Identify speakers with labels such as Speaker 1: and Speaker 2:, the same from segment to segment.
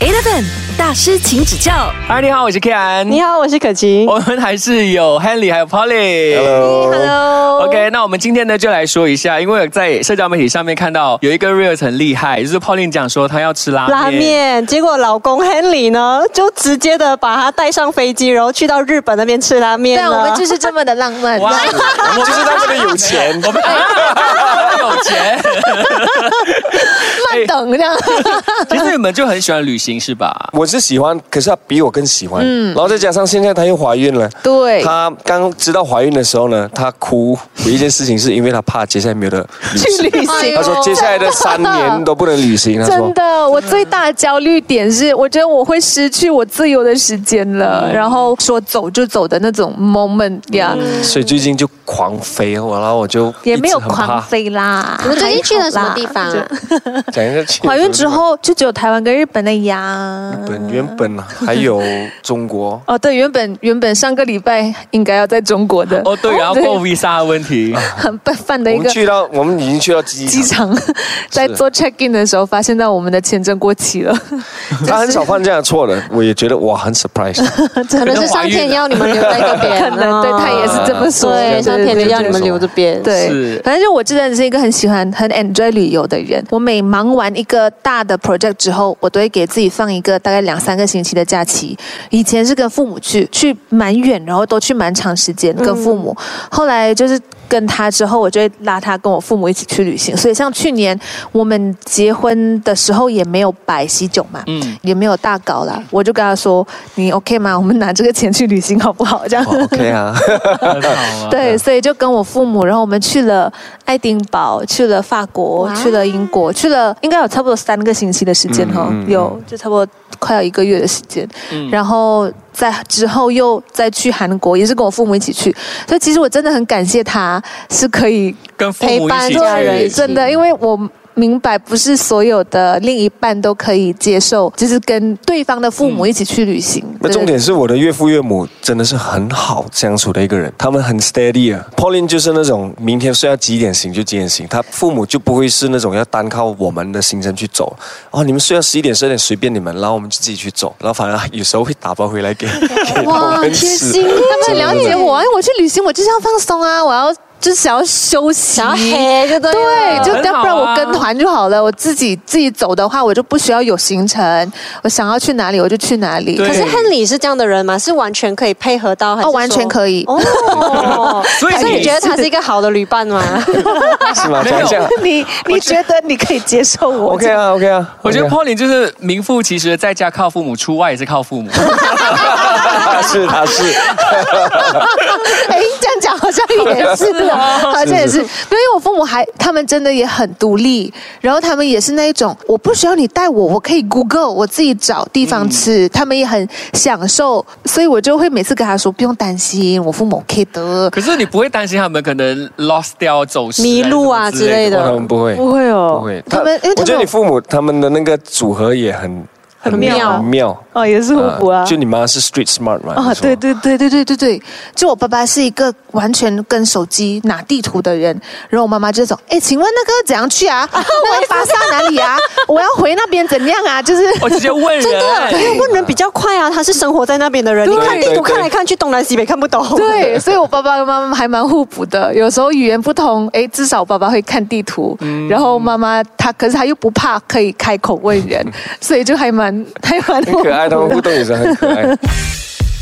Speaker 1: Seven 大师，请指教。
Speaker 2: 嗨，你好，我是 Kian。
Speaker 3: 你好，我是可琪。
Speaker 2: 我们还是有 Henry 还有 Polly。
Speaker 4: Hello，
Speaker 3: Hello。
Speaker 2: OK，那我们今天呢就来说一下，因为我在社交媒体上面看到有一个 reels 很厉害，就是 Pauline 讲说她要吃拉面，
Speaker 3: 拉面，结果老公 Henry 呢，就直接的把他带上飞机，然后去到日本那边吃拉面
Speaker 5: 对，
Speaker 3: 了。
Speaker 5: 我们就是这么的浪漫。
Speaker 2: 哇，
Speaker 4: 我们就是那么的有 钱，我们
Speaker 2: 有钱。哎
Speaker 5: 慢等这样，
Speaker 2: 其实你们就很喜欢旅行是吧？
Speaker 4: 我是喜欢，可是她比我更喜欢。嗯，然后再加上现在她又怀孕了，
Speaker 5: 对
Speaker 4: 她刚知道怀孕的时候呢，她哭有一件事情是因为她怕接下来没有的旅行，
Speaker 3: 旅
Speaker 5: 哎呦
Speaker 4: 她说接下来的三年都不能旅行，她说
Speaker 5: 真。的，我最大的焦虑点是，我觉得我会失去我自由的时间
Speaker 4: 嗯
Speaker 5: 了，然后说走就走的那种 moment 呀，
Speaker 4: 所以最近就狂飞，我然后我就
Speaker 3: 也没有
Speaker 4: 一直很怕
Speaker 3: 狂，飞啦。
Speaker 6: 你们最近去了什么地方啊？
Speaker 4: 讲一下去
Speaker 5: 怀孕之后就只有台湾跟日本的呀。，
Speaker 4: 本原本还有中国
Speaker 5: 哦，对，原本原本上个礼拜应该要在中国的，
Speaker 2: 哦，
Speaker 4: 啊
Speaker 2: 对，然后过 visa 的问题，
Speaker 5: 很笨犯的
Speaker 4: 我
Speaker 5: 一
Speaker 4: 们
Speaker 5: 个
Speaker 4: 去到我们已经去到机
Speaker 5: 机
Speaker 4: 场，
Speaker 5: 场，在做 check in 的时候发现到我们的签证过期 了，
Speaker 4: 她很少犯这样的错的，我也觉得哇很 surprise。
Speaker 6: 可能是上天要你们留在这边，
Speaker 5: 可能对他也是这么说，
Speaker 6: 对，上天要你们留这边。
Speaker 5: 对
Speaker 2: 是，
Speaker 5: 反正就我真的是一个很喜欢、很 enjoy 旅游的人。我每忙完一个大的 project 之后，我都会给自己放一个大概两三个星期的假期。以前是跟父母去，去蛮远，然后都去蛮长时间跟父母。后来就是跟他之后，我就会拉他跟我父母一起去旅行。所以像去年我们结婚的时候，也没有摆喜酒嘛，
Speaker 2: 嗯，
Speaker 5: 也没有大搞啦。我就跟他说：“你 OK 吗？我们拿这个钱去旅行好不好？”这样。
Speaker 4: 哇 OK 啊，
Speaker 2: 很好啊。
Speaker 4: 哦
Speaker 5: 对，所以就跟我父母，然后我们去了爱丁堡，去了法国，
Speaker 6: 哇
Speaker 5: 去了英国，去了应该有差不多三个星期的时间哈、
Speaker 4: 嗯嗯嗯
Speaker 5: 有就差不多快要一个月的时间。
Speaker 2: 嗯
Speaker 5: 然后在之后又再去韩国，也是跟我父母一起去。所以其实我真的很感谢他，是可以
Speaker 2: 跟父母一起
Speaker 6: 陪伴家人
Speaker 2: 去
Speaker 6: 一起
Speaker 5: 真的，因为我。明白，不是所有的另一半都可以接受，就是跟对方的父母一起去旅行。
Speaker 4: 那
Speaker 5: 对
Speaker 4: 重点是我的岳父岳母真的是很好相处的一个人，他们很 steady 啊。Pauline 就是那种明天睡到几点醒就几点醒，他父母就不会是那种要单靠我们的行程去走。哦，你们睡到十一点十二点随便你们，然后我们就自己去走，然后反而有时候会打包回 来给 给 我们吃。
Speaker 3: 啊
Speaker 5: 他们
Speaker 4: 真的
Speaker 5: 了解我，哎我去旅行，我就是要放松啊，我要就是想要休息，
Speaker 6: 想要黑就对了
Speaker 5: 对，就
Speaker 2: 很好啊
Speaker 5: 要不然我跟团就好了。我自己自己走的话，我就不需要有行程，我想要去哪里我就去哪里。
Speaker 2: 对。
Speaker 6: 可是亨利是这样的人吗？是完全可以配合到，还是
Speaker 5: 哦，
Speaker 6: 说
Speaker 5: 完全可以。
Speaker 6: 哦
Speaker 2: 所以
Speaker 6: 所以
Speaker 2: 你
Speaker 6: 你觉得他是一个好的旅 伴吗？
Speaker 4: 是吗？
Speaker 2: 没有
Speaker 4: 讲一下。
Speaker 3: 你你觉得你可以接受 我
Speaker 4: OK 啊，OK 啊，
Speaker 2: 我觉得
Speaker 4: OK 啊
Speaker 2: Pauline 就是名副其实，在家靠父母，出外也是靠父母。
Speaker 4: 他是他是，
Speaker 5: 哎，这样讲好像也是的，好像也是。
Speaker 4: 是
Speaker 5: 因为我父母还，他们真的也很独立，然后他们也是那一种，我不需要你带我，我可以 Google，我自己找地方吃，他们也很享受，所以我就会每次跟他说，不用担心，我父母 OK 的。
Speaker 2: 可是你不会担心他们可能 lost 掉、走失、
Speaker 6: 迷路啊
Speaker 2: 还是什么
Speaker 6: 之类的
Speaker 4: 他们不会
Speaker 3: 不会
Speaker 4: 不
Speaker 3: 哦，
Speaker 4: 会，
Speaker 5: 哦他们因为他们
Speaker 4: 我觉得
Speaker 5: 有
Speaker 4: 你父母他们的那个组合也很
Speaker 3: 很妙
Speaker 4: 很妙。
Speaker 3: 哦，也是互补啊。
Speaker 4: 呃就你妈是 street smart 嘛？
Speaker 5: 啊、
Speaker 4: 你说
Speaker 5: 对对对对对对对，就我爸爸是一个完全跟手机拿地图的人，然后我妈妈就说：“哎，请问那个怎样去啊？那个巴萨哪里啊？我要回那边怎样啊？”就是
Speaker 2: 我直接问人，
Speaker 6: 因为问人比较快啊，他是生活在那边的人，你
Speaker 5: 对
Speaker 6: 看地
Speaker 4: 对
Speaker 6: 图
Speaker 4: 对
Speaker 6: 看来看去，东南西北看不懂。
Speaker 5: 对，所以我爸爸跟妈妈还蛮互补的。有时候语言不同，哎，至少我爸爸会看地图，然后妈妈她，可是她又不怕可以开口问人，所以就还蛮还蛮
Speaker 4: 很可爱，他们互动也是很可 爱。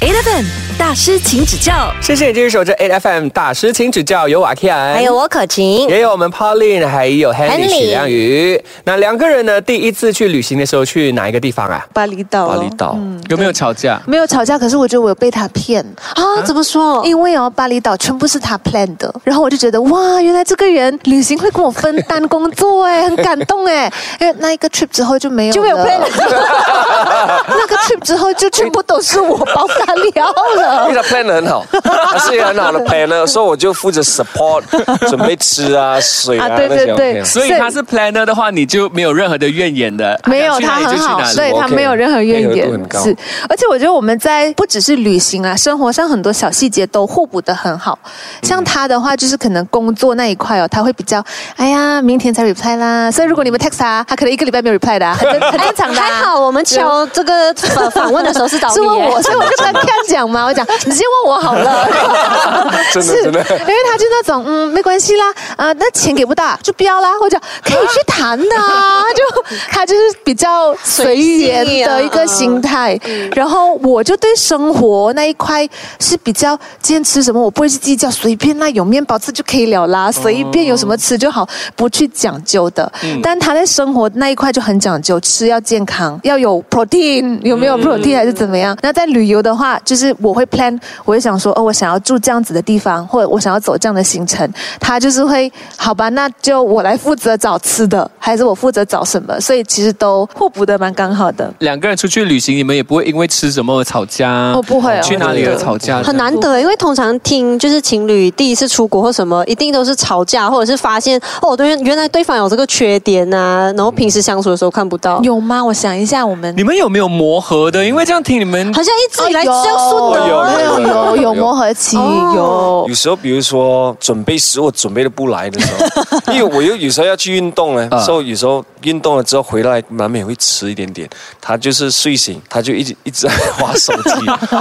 Speaker 1: Eleven 大师，请指教。
Speaker 7: 谢谢你继续守着 A F M 大师，请指教，有瓦 K 安，
Speaker 6: 还哎有我可晴，
Speaker 7: 也有我们 Pauline，还有
Speaker 6: Henry
Speaker 7: Henry 许亮宇。那两个人呢，第一次去旅行的时候去哪一个地方啊？
Speaker 5: 巴厘岛
Speaker 4: 巴
Speaker 5: 了
Speaker 4: 厘岛，
Speaker 5: 嗯
Speaker 2: 有没有吵架？
Speaker 5: 没有吵架，可是我觉得我有被他骗。
Speaker 6: 啊，怎么说？
Speaker 5: 因为哦，巴厘岛全部是他 plan 的，然后我就觉得哇，原来这个人旅行会跟我分担工作哎，很感动哎。因为那一个 trip 之后就没有
Speaker 6: 就没有 plan
Speaker 5: 了，那个 trip 之后就全部都是我包办聊了
Speaker 4: 因为。哎他 plan 的很 好，他是一个很好的 planner，所以我就负责 support，准备吃啊、水啊
Speaker 5: 啊对
Speaker 4: 那些
Speaker 5: 对对
Speaker 4: OK
Speaker 2: 所以他是 planner 的话，你就没有任何的怨言的。
Speaker 5: 没
Speaker 2: 想
Speaker 5: 有，
Speaker 2: 去
Speaker 5: 他
Speaker 2: 哪里
Speaker 5: 很
Speaker 2: 就去
Speaker 5: 好
Speaker 2: 哪，里
Speaker 5: 对
Speaker 4: OK
Speaker 5: 他没有任何怨
Speaker 4: 配合
Speaker 5: 言
Speaker 4: 度很，高
Speaker 5: 是。而且我觉得我们在不只是旅行啊，生活上很多小细节都互补的很好。像他的话，就是可能工作那一块哦，他会比较，哎呀，明天才 reply 啦。所以如果你们 text 他，他可能一个礼拜没有 reply 的啊、很正很正常的啊、
Speaker 6: 还 好我们敲这个访访问的时候是找
Speaker 5: 是
Speaker 6: 你
Speaker 5: 问
Speaker 6: 耶，
Speaker 5: 我，所以我就跟他这样讲嘛，我讲你先问我好了。
Speaker 4: 真的
Speaker 5: 是
Speaker 4: 真的
Speaker 5: 因为他就那种嗯，没关系啦，啊，那钱给不到就不要啦，或者可以去谈 的啊，就他就是比较随缘的一个
Speaker 6: 啊嗯
Speaker 5: 心态。然后我就对生活那一块是比较坚持什么，我不会去计较，随便那有面包吃就可以了啦，随便有什么吃就好，不去讲究的。但他在生活那一块就很讲究，吃要健康，要有 protein，有没有 protein 还是怎么样？那在旅游的话，就是我会 plan，我会想说，哦，我想要住这样子的地方，或者我想要走这样的行程。他就是会，好吧，那就我来负责找吃的，还是我负责找什么？所以其实都互补的蛮刚好的。
Speaker 2: 两个人出去旅行，你们也不会因为吃什么而吵架。
Speaker 5: 哦不会哦
Speaker 2: 去哪里而吵架？
Speaker 6: 很难得，因为通常听就是情侣第一次出国或什么，一定都是吵架，或者是发现哦，对，原来对方有这个缺点啊，然后平时相处的时候看不到，
Speaker 5: 有吗？我想一下，我们哦
Speaker 2: 你们有没有磨合的？因为这样听你们
Speaker 6: 好像一直以来这样顺啊的。
Speaker 4: 有哦
Speaker 5: 有哦有有磨合期，有
Speaker 4: 有时候，比如说准备食物准备的不来的时候，因为我又有时候要去运动呢，
Speaker 2: 啊
Speaker 4: 所以有时候运动了之后回来难免会迟一点点。他就是睡醒，他就一直一直在划手机。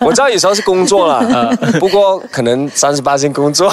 Speaker 4: 我知道有时候是工作啦，不过可能三十八线工作，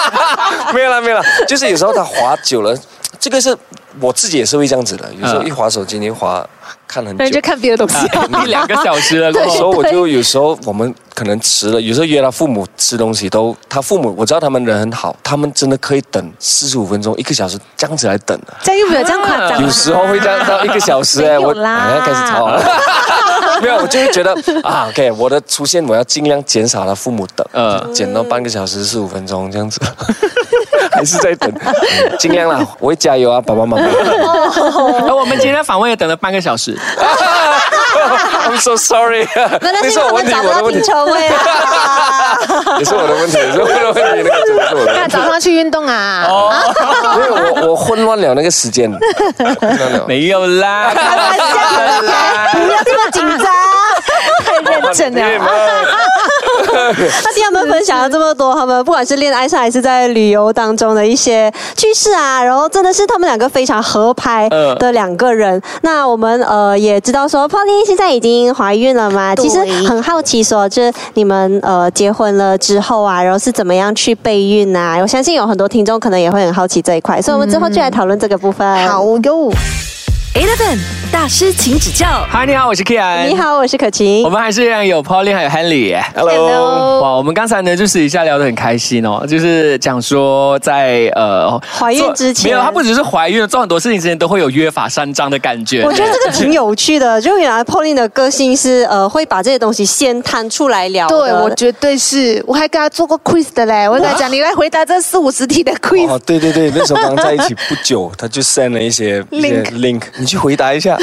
Speaker 4: 没有啦没有啦，就是有时候他划久了，这个是我自己也是会这样子的。有时候
Speaker 2: 啊
Speaker 4: 一划手机，你划看很
Speaker 5: 人
Speaker 4: 久
Speaker 5: 就。看别的东西。
Speaker 2: 一两个小 时了，过后
Speaker 4: 所以我就有时候我们可能迟了，有时候约他父母吃东西都，他父母我知道他们人很好，他们真的可以等四十五分钟、一个小时这样子来等的，
Speaker 5: 这样又没有这样夸张啊
Speaker 4: 啊有时候会这样到一个小时
Speaker 5: 没
Speaker 4: 哎，
Speaker 5: 有
Speaker 4: 我
Speaker 5: 啦
Speaker 4: 好像开始吵了。没有，我就会觉得啊，OK，我的出现我要尽量减少他父母等，
Speaker 2: 嗯
Speaker 4: 呃，减到半个小时、十五分钟这样子，还是在等，嗯尽量啦，我会加油啊，爸爸妈妈。
Speaker 2: 而 我们今天访问也等了半个小时，
Speaker 4: I'm so sorry，
Speaker 6: 那那
Speaker 4: 那
Speaker 6: 是
Speaker 4: 是
Speaker 6: 因为
Speaker 4: 我
Speaker 6: 我
Speaker 4: 问
Speaker 6: 们哎找不
Speaker 4: 题，我的
Speaker 6: 到
Speaker 4: 问题
Speaker 6: 停，车 位啊！
Speaker 4: 也是我的问题，也是我的问题，那个真的是我的问题
Speaker 5: 那。早上去运动啊。
Speaker 4: 因为我我混乱了那个时间，混乱了。
Speaker 2: 没有啦，开玩笑啦。
Speaker 6: 不要这么紧张。
Speaker 5: 认真的啊。
Speaker 6: 那听他们分享了这么多，他们不管是恋爱上还是在旅游当中的一些趣事啊，然后真的是他们两个非常合拍
Speaker 2: 嗯
Speaker 6: 的两个人。那我们呃也知道说 p o l l y 现在已经怀孕了嘛，
Speaker 5: 对
Speaker 6: 其实很好奇说，就是你们呃结婚了之后啊，然后是怎么样去备孕啊？我相信有很多听众可能也会很好奇这一块，所以我们之后就来讨论这个部分。
Speaker 5: 嗯好，哟，
Speaker 1: Eleven 大师，请指教。
Speaker 2: 嗨，你好，我是 Kian。
Speaker 6: 你，好，我是可晴
Speaker 2: 我。们还是一样有 Pauline 还有 Henry。
Speaker 4: Hello，
Speaker 2: 哇，我们刚才呢，就是一下聊得很开心哦，就是讲说在呃
Speaker 6: 怀孕之
Speaker 2: 做没
Speaker 6: 前
Speaker 2: 有，他不只是怀孕，做很多事情之前都会有约法三章的感觉。
Speaker 6: 我觉得这个挺有趣的，就原来 Pauline 的个性是呃会把这些东西先摊出来聊的。
Speaker 5: 对我绝对是，我还给他做过 quiz 的嘞，我跟他讲，你来回答这四五十题的 quiz。
Speaker 4: 哦，对对对，那时候刚在一起不久，他就 send 了一些一些 link，你去回答 一下。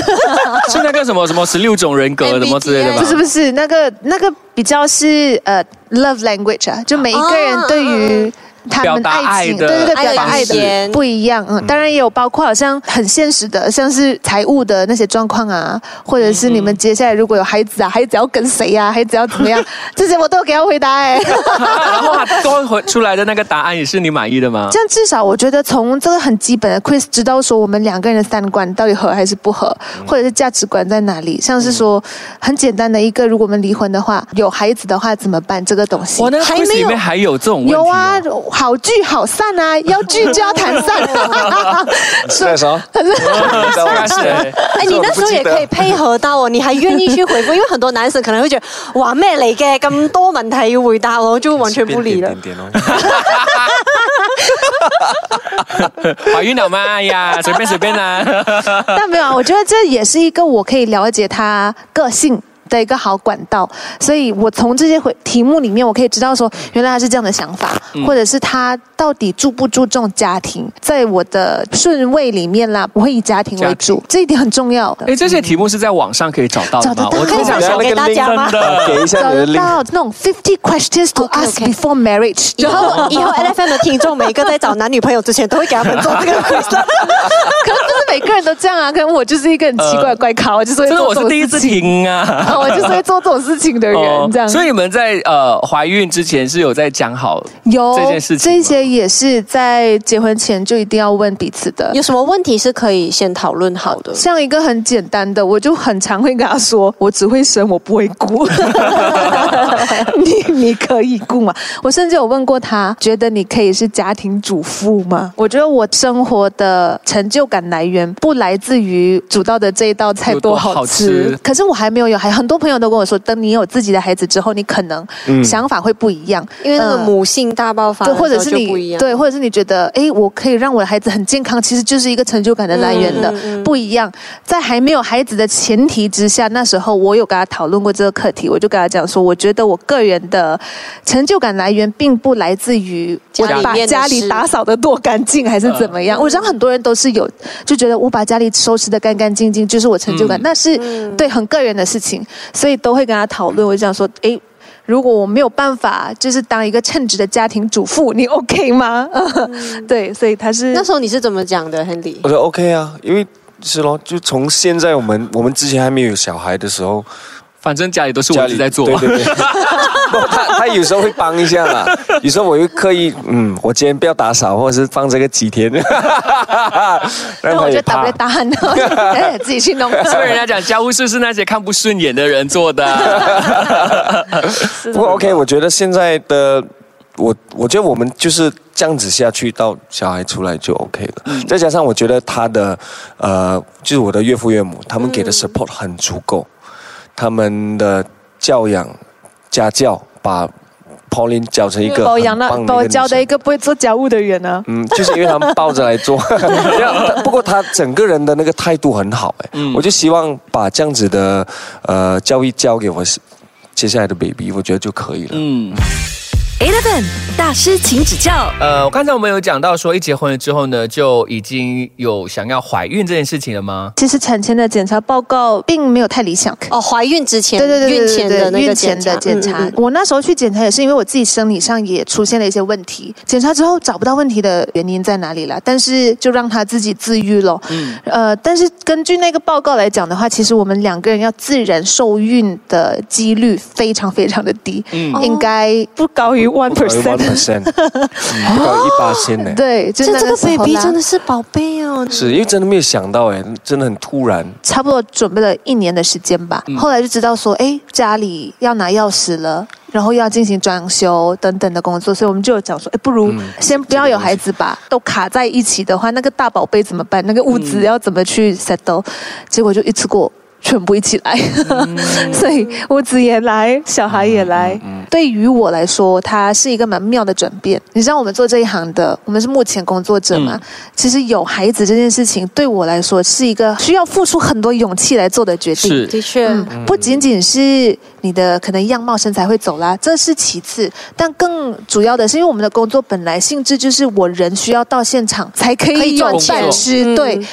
Speaker 2: 是那个什么什么十六种人格 什么之类的吗？
Speaker 5: 不是不是，那个那个比较是呃 love language 啊，就每一个人对
Speaker 2: 哦
Speaker 5: 于。他
Speaker 2: 表
Speaker 5: 们
Speaker 2: 达
Speaker 5: 爱情，
Speaker 2: 嗯爱的
Speaker 5: 对对对，表达
Speaker 6: 方
Speaker 5: 爱
Speaker 6: 式
Speaker 5: 的不一样，嗯，当然也有包括好像很现实的，像是财务的那些状况啊，或者
Speaker 2: 嗯
Speaker 5: 是你们接下来如果有孩子啊，孩子要跟谁呀、啊，孩子要怎 么样，这些我都有给他回答哎、
Speaker 2: 然后他多回出来的那个答案也是你满意的吗？
Speaker 5: 这样至少我觉得从这个很基本的 quiz 知道说我们两个人的三观到底合还是不合，
Speaker 2: 嗯
Speaker 5: 或者是价值观在哪里。像是说很简单的一个，如果我们离婚的话，有孩子的话怎么办这个东西
Speaker 2: 哇，。那个
Speaker 5: 还
Speaker 2: quiz
Speaker 5: 没
Speaker 2: 里
Speaker 5: 有
Speaker 2: 面还有这种问题、哦
Speaker 5: 有啊，，好聚好散啊，要聚就要谈散。啊
Speaker 4: 那时候，
Speaker 2: 大概是。啊
Speaker 6: 哎、你那时候也可以配合到我，你还愿意去回复，因为很多男生可能会觉得哇咩嚟嘅咁多問題要回答，我就完全不理了
Speaker 4: 点。点哦，
Speaker 2: 怀孕了吗？哎呀，随便随便啦、
Speaker 5: 但没有啊，我觉得这也是一个我可以了解他个性。的一个好管道，
Speaker 2: 嗯
Speaker 5: 所以我从这些回题目里面，我可以知道说，原来他是这样的想法，或者是他到底注不注重家庭，在我的顺位里面啦，我会以家庭为主，这一点很重要的
Speaker 2: 哎，。这些题目是在网上可以找到的
Speaker 5: 找
Speaker 2: 吗
Speaker 5: 得？到
Speaker 2: 我通常
Speaker 6: 我想给大家吗
Speaker 2: link 的
Speaker 4: 给一下
Speaker 5: 找
Speaker 4: 你的
Speaker 5: 得
Speaker 4: link。
Speaker 5: 到那种 fifty questions to ask
Speaker 6: OK，OK
Speaker 5: before marriage，
Speaker 6: 以后以
Speaker 5: 哎
Speaker 6: 后 L F M 的听众每一个在找男女朋友之前都会给他们做这个 quiz，
Speaker 5: 可能不是每个人都这样啊，可能我就是一个很奇怪的怪咖，我就是会
Speaker 2: 真的
Speaker 5: 做
Speaker 2: 我
Speaker 5: 这
Speaker 2: 是
Speaker 5: 种
Speaker 2: 第一
Speaker 5: 事
Speaker 2: 次
Speaker 5: 情，
Speaker 2: 听啊。
Speaker 5: 啊，我就是会做这种事情 的
Speaker 2: 哦
Speaker 5: 人，这样。
Speaker 2: 所以你们在呃怀孕之前是有在讲好
Speaker 5: 有
Speaker 2: 这件事情吗
Speaker 5: 这些也是在结婚前就一定要问彼此的。
Speaker 6: 有什么问题是可以先讨论好的？
Speaker 5: 像一个很简单的，我就很常会跟他说，我只会生，我不会顾。 你你可以顾吗？我甚至有问过他，觉得你可以是家庭主妇吗？我觉得我生活的成就感来源不来自于煮到的这一道菜
Speaker 2: 有
Speaker 5: 多
Speaker 2: 多
Speaker 5: 好
Speaker 2: 好
Speaker 5: 吃，
Speaker 2: 吃
Speaker 5: 可是我还没有有，还很多朋友都跟我说，等你有自己的孩子之后，你可能
Speaker 2: 嗯
Speaker 5: 想法会不一样，
Speaker 6: 因为那个
Speaker 5: 嗯
Speaker 6: 母性大爆发
Speaker 5: 对，
Speaker 6: 的
Speaker 5: 或者
Speaker 6: 时
Speaker 5: 是
Speaker 6: 候
Speaker 5: 你
Speaker 6: 就不一样，
Speaker 5: 对，或者是你觉得，哎，我可以让我的孩子很健康，其实就是一个成就感的
Speaker 6: 嗯
Speaker 5: 来源的，不一样。在还没有孩子的前提之下，那时候我有跟他讨论过这个课题，我就跟他讲说，我觉得我个人的成就感来源并不来自于我
Speaker 6: 家里
Speaker 5: 把
Speaker 6: 面的
Speaker 5: 家里
Speaker 6: 事
Speaker 5: 打扫的多干净还是怎么样。我知道很多人都是有就觉得我把家里收拾的干干净净就是我成就感，那是
Speaker 6: 嗯
Speaker 5: 对很个人的事情，所以都会跟他讨论。我就想说，哎。如果我没有办法，就是当一个称职的家庭主妇，你 OK 吗？ 对，所以他是
Speaker 6: 那时候你是怎么讲的，Henry？
Speaker 4: 我说 OK 啊，因为是咯，就从现在我们我们之前还没有小孩的时候，
Speaker 2: 反正家里都是
Speaker 4: 家
Speaker 2: 我
Speaker 4: 里
Speaker 2: 一直在做，
Speaker 4: 对 对对。不他他有时候会帮一下啦，有时候我会刻意，嗯，我今天不要打扫，或者是放这个 几天，让
Speaker 5: 那
Speaker 4: 他
Speaker 5: 我
Speaker 4: 也
Speaker 5: 就打
Speaker 4: 怕
Speaker 5: 不。打 喊，然后就哎自己去弄。
Speaker 2: 所以人家讲家务事是那些看不顺眼的人做的。
Speaker 4: 不过 OK，我觉得现在的我，我觉得我们就是这样子下去，到小孩出来就 OK 了。
Speaker 5: 嗯
Speaker 4: 再加上我觉得他的呃，就是我的岳父岳母，他们
Speaker 5: 嗯
Speaker 4: 给的 support 很足够，他们的教养家教把 Pauline 教成一个
Speaker 5: 把我养到
Speaker 4: 很棒
Speaker 5: 把我教
Speaker 4: 女
Speaker 5: 的
Speaker 4: 生
Speaker 5: 一个不会做家务的人啊呢、
Speaker 4: 嗯，就是因为他们抱着 来做。这样不过他整个人的那个态度很好哎、
Speaker 2: 嗯
Speaker 4: 我就希望把这样子的呃教育交给我接下来的 baby，我觉得就可以了。
Speaker 2: 嗯，
Speaker 1: Eleven 大师，请指教。
Speaker 7: 呃，刚才我们有讲到说，一结婚了之后呢，就已经有想要怀孕这件事情了吗？
Speaker 5: 其实产前的检查报告并没有太理想。
Speaker 6: 哦，怀孕之前，
Speaker 5: 对对对对
Speaker 6: 孕前的那
Speaker 5: 对对
Speaker 6: 个
Speaker 5: 呃孕前的检查
Speaker 6: 嗯嗯，
Speaker 5: 我那时候去检查也是因为我自己生理上也出现了一些问题，检查之后找不到问题的原因在哪里了，但是就让他自己自愈了。嗯，呃，但是根据那个报告来讲的话，其实我们两个人要自然受孕的几率非常非常的低，
Speaker 2: 嗯
Speaker 6: 哦
Speaker 5: 应该不高于 one
Speaker 4: 不高于呃 one
Speaker 5: percent。
Speaker 4: percent，不嗯 高于一八千呢。
Speaker 5: 对，就
Speaker 6: 这
Speaker 5: 那
Speaker 6: 这个
Speaker 5: 时候
Speaker 6: baby
Speaker 5: 啦
Speaker 6: 真的是宝贝哦，
Speaker 4: 是因为真的没有想到哎，真的很突然。
Speaker 5: 差不多准备了一年的时间吧，后来就知道说，哎，家里要拿钥匙了。然后又要进行装修等等的工作，所以我们就有讲说，哎，不如先不要有孩子吧，都卡在一起的话，那个大宝贝怎么办？那个屋子要怎么去 settle？、结果就一次过全部一起来，
Speaker 6: 嗯
Speaker 5: 所以屋子也来，小孩也来。对于我来说，它是一个蛮妙的转变。你知道，我们做这一行的，我们是目前工作者嘛，
Speaker 6: 嗯
Speaker 5: 其实有孩子这件事情对我来说是一个需要付出很多勇气来做的决定。
Speaker 2: 是
Speaker 6: 的确，
Speaker 5: 嗯，不仅仅是你的可能样貌、身材会走啦，这是其次，但更主要的是，因为我们的工作本来性质就是我人需要到现场才可
Speaker 6: 可
Speaker 5: 以
Speaker 6: 以
Speaker 5: 有
Speaker 6: 赚
Speaker 2: 钱
Speaker 5: 饭吃，
Speaker 6: 嗯
Speaker 5: 对。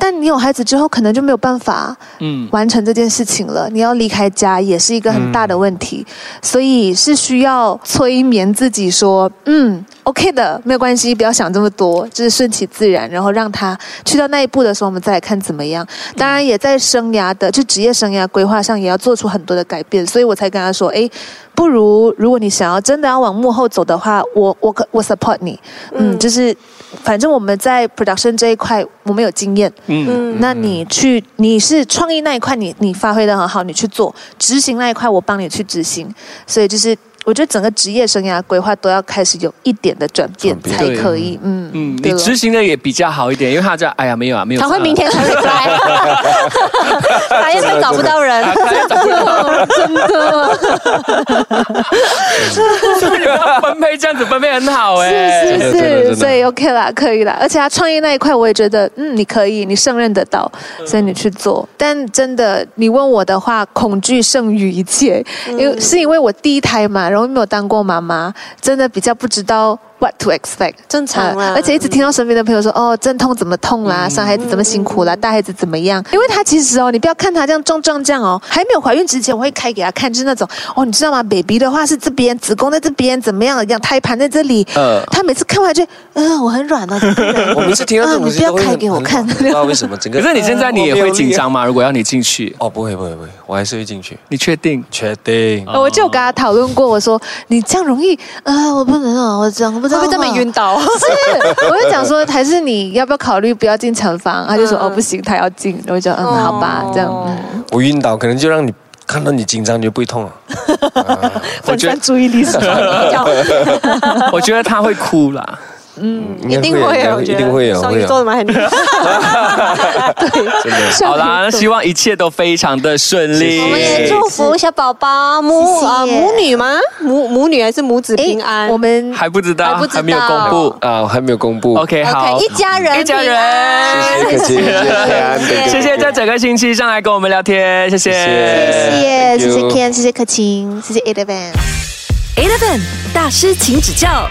Speaker 5: 但你有孩子之后，可能就没有办法
Speaker 2: 嗯，
Speaker 5: 完成这件事情了。你要离开家，也是一个很大的问题，所以是需要催眠自己说，嗯，OK 的，没有关系，不要想这么多，就是顺其自然，然后让他去到那一步的时候，我们再来看怎么样。当然，也在生涯的就职业生涯规划上，也要做出很多的改变，所以我才跟他说，哎。不如，如果你想要真的要往幕后走的话，我我可我 support 你，嗯，就是反正我们在 production 这一块，我们有经验，
Speaker 2: 嗯
Speaker 5: 嗯，那你去，你是创意那一块你，你发挥的很好，你去做；执行那一块，我帮你去执行。所以就是，我觉得整个职业生涯规划都要开始有一点的转变
Speaker 4: 转变
Speaker 5: 才可以。嗯
Speaker 2: 嗯，
Speaker 5: 对
Speaker 2: 你
Speaker 5: 了
Speaker 2: 执行的也比较好一点，因为他这样哎呀没有啊没有啊，
Speaker 6: 他会明天才会 来，白夜班找不到人，
Speaker 4: 啊
Speaker 5: 真的
Speaker 2: 所以你们要分配这样子分配很好哎，
Speaker 5: 是是
Speaker 4: 真的真的真
Speaker 5: 是，
Speaker 4: 的
Speaker 5: 所以 OK 啦，可以啦。而且他创业那一块，我也觉得，嗯，你可以，你胜任得到，所以你去做。但真的，你问我的话，恐惧胜于一切，因为是因为我第一胎嘛，然后没有当过妈妈，真的比较不知道。 what to expect，
Speaker 6: 正常啦
Speaker 5: 呃而且一直听到身边的朋友说，哦，阵痛怎么痛
Speaker 6: 嗯
Speaker 5: 啦，生孩子怎么辛苦啦，带孩子怎么样？因为她其实哦，你不要看她这样壮壮这样哦，还没有怀孕之前，我会开给她看，就是那种哦，你知道吗？baby 的话是这边，子宫在这边，怎么样？样胎盘在这里。
Speaker 2: 呃
Speaker 5: 她每次看完就，嗯、我很软哦。这 边
Speaker 4: 我每次听到这种
Speaker 5: 啊
Speaker 4: 东
Speaker 5: 你
Speaker 4: 西
Speaker 5: 不要
Speaker 4: 都会
Speaker 5: 开
Speaker 4: 很
Speaker 5: 给我看
Speaker 4: 很。不知道为什么整个。
Speaker 2: 可是你现在你也会紧张吗？如果要你进去，
Speaker 4: 哦，不会不会不会，我还是会进去。
Speaker 2: 你确定？
Speaker 4: 确定？
Speaker 5: 我就有跟她讨论过，我说你这样容易，呃，我不能哦，我讲不
Speaker 3: 会
Speaker 5: 知道
Speaker 3: 不会这么
Speaker 5: 哦
Speaker 3: 晕 倒？
Speaker 5: 是，我就讲说，还是你要不要考虑不要进产房？他就说
Speaker 6: 嗯
Speaker 5: 哦不行，他要进。我就讲嗯
Speaker 6: 哦
Speaker 5: 好吧，这样。
Speaker 4: 我晕倒可能就让你看到你紧张，你就不会痛了。
Speaker 2: 我觉得
Speaker 5: 注意力是
Speaker 2: 我觉得他会哭啦。
Speaker 4: 一
Speaker 6: 一定
Speaker 5: 啊
Speaker 6: 会有，我
Speaker 4: 一
Speaker 6: 觉得
Speaker 4: 定会有，啊
Speaker 6: 双
Speaker 4: 会
Speaker 6: 鱼座的
Speaker 4: 有。
Speaker 6: 蛮很厉害。
Speaker 2: 好啦，希望一切都非常的顺利。
Speaker 6: 我们也祝福小宝宝母
Speaker 5: 谢谢
Speaker 6: 啊母女吗？母母女还是母子平安？
Speaker 5: 我们
Speaker 2: 还不知道，
Speaker 6: 还不知道
Speaker 2: 没有公布。
Speaker 4: 啊，我还没有公布。
Speaker 2: OK，好
Speaker 6: OK，一家人，
Speaker 2: 一家
Speaker 6: 平安
Speaker 2: 人
Speaker 4: 谢谢客气，谢谢安
Speaker 6: 谢谢
Speaker 2: 谢谢这整个星期上来跟我们聊天，谢谢。
Speaker 4: 谢谢谢谢
Speaker 5: Ken，谢谢可晴，谢谢 Eleven。
Speaker 1: Eleven 大师，请指教。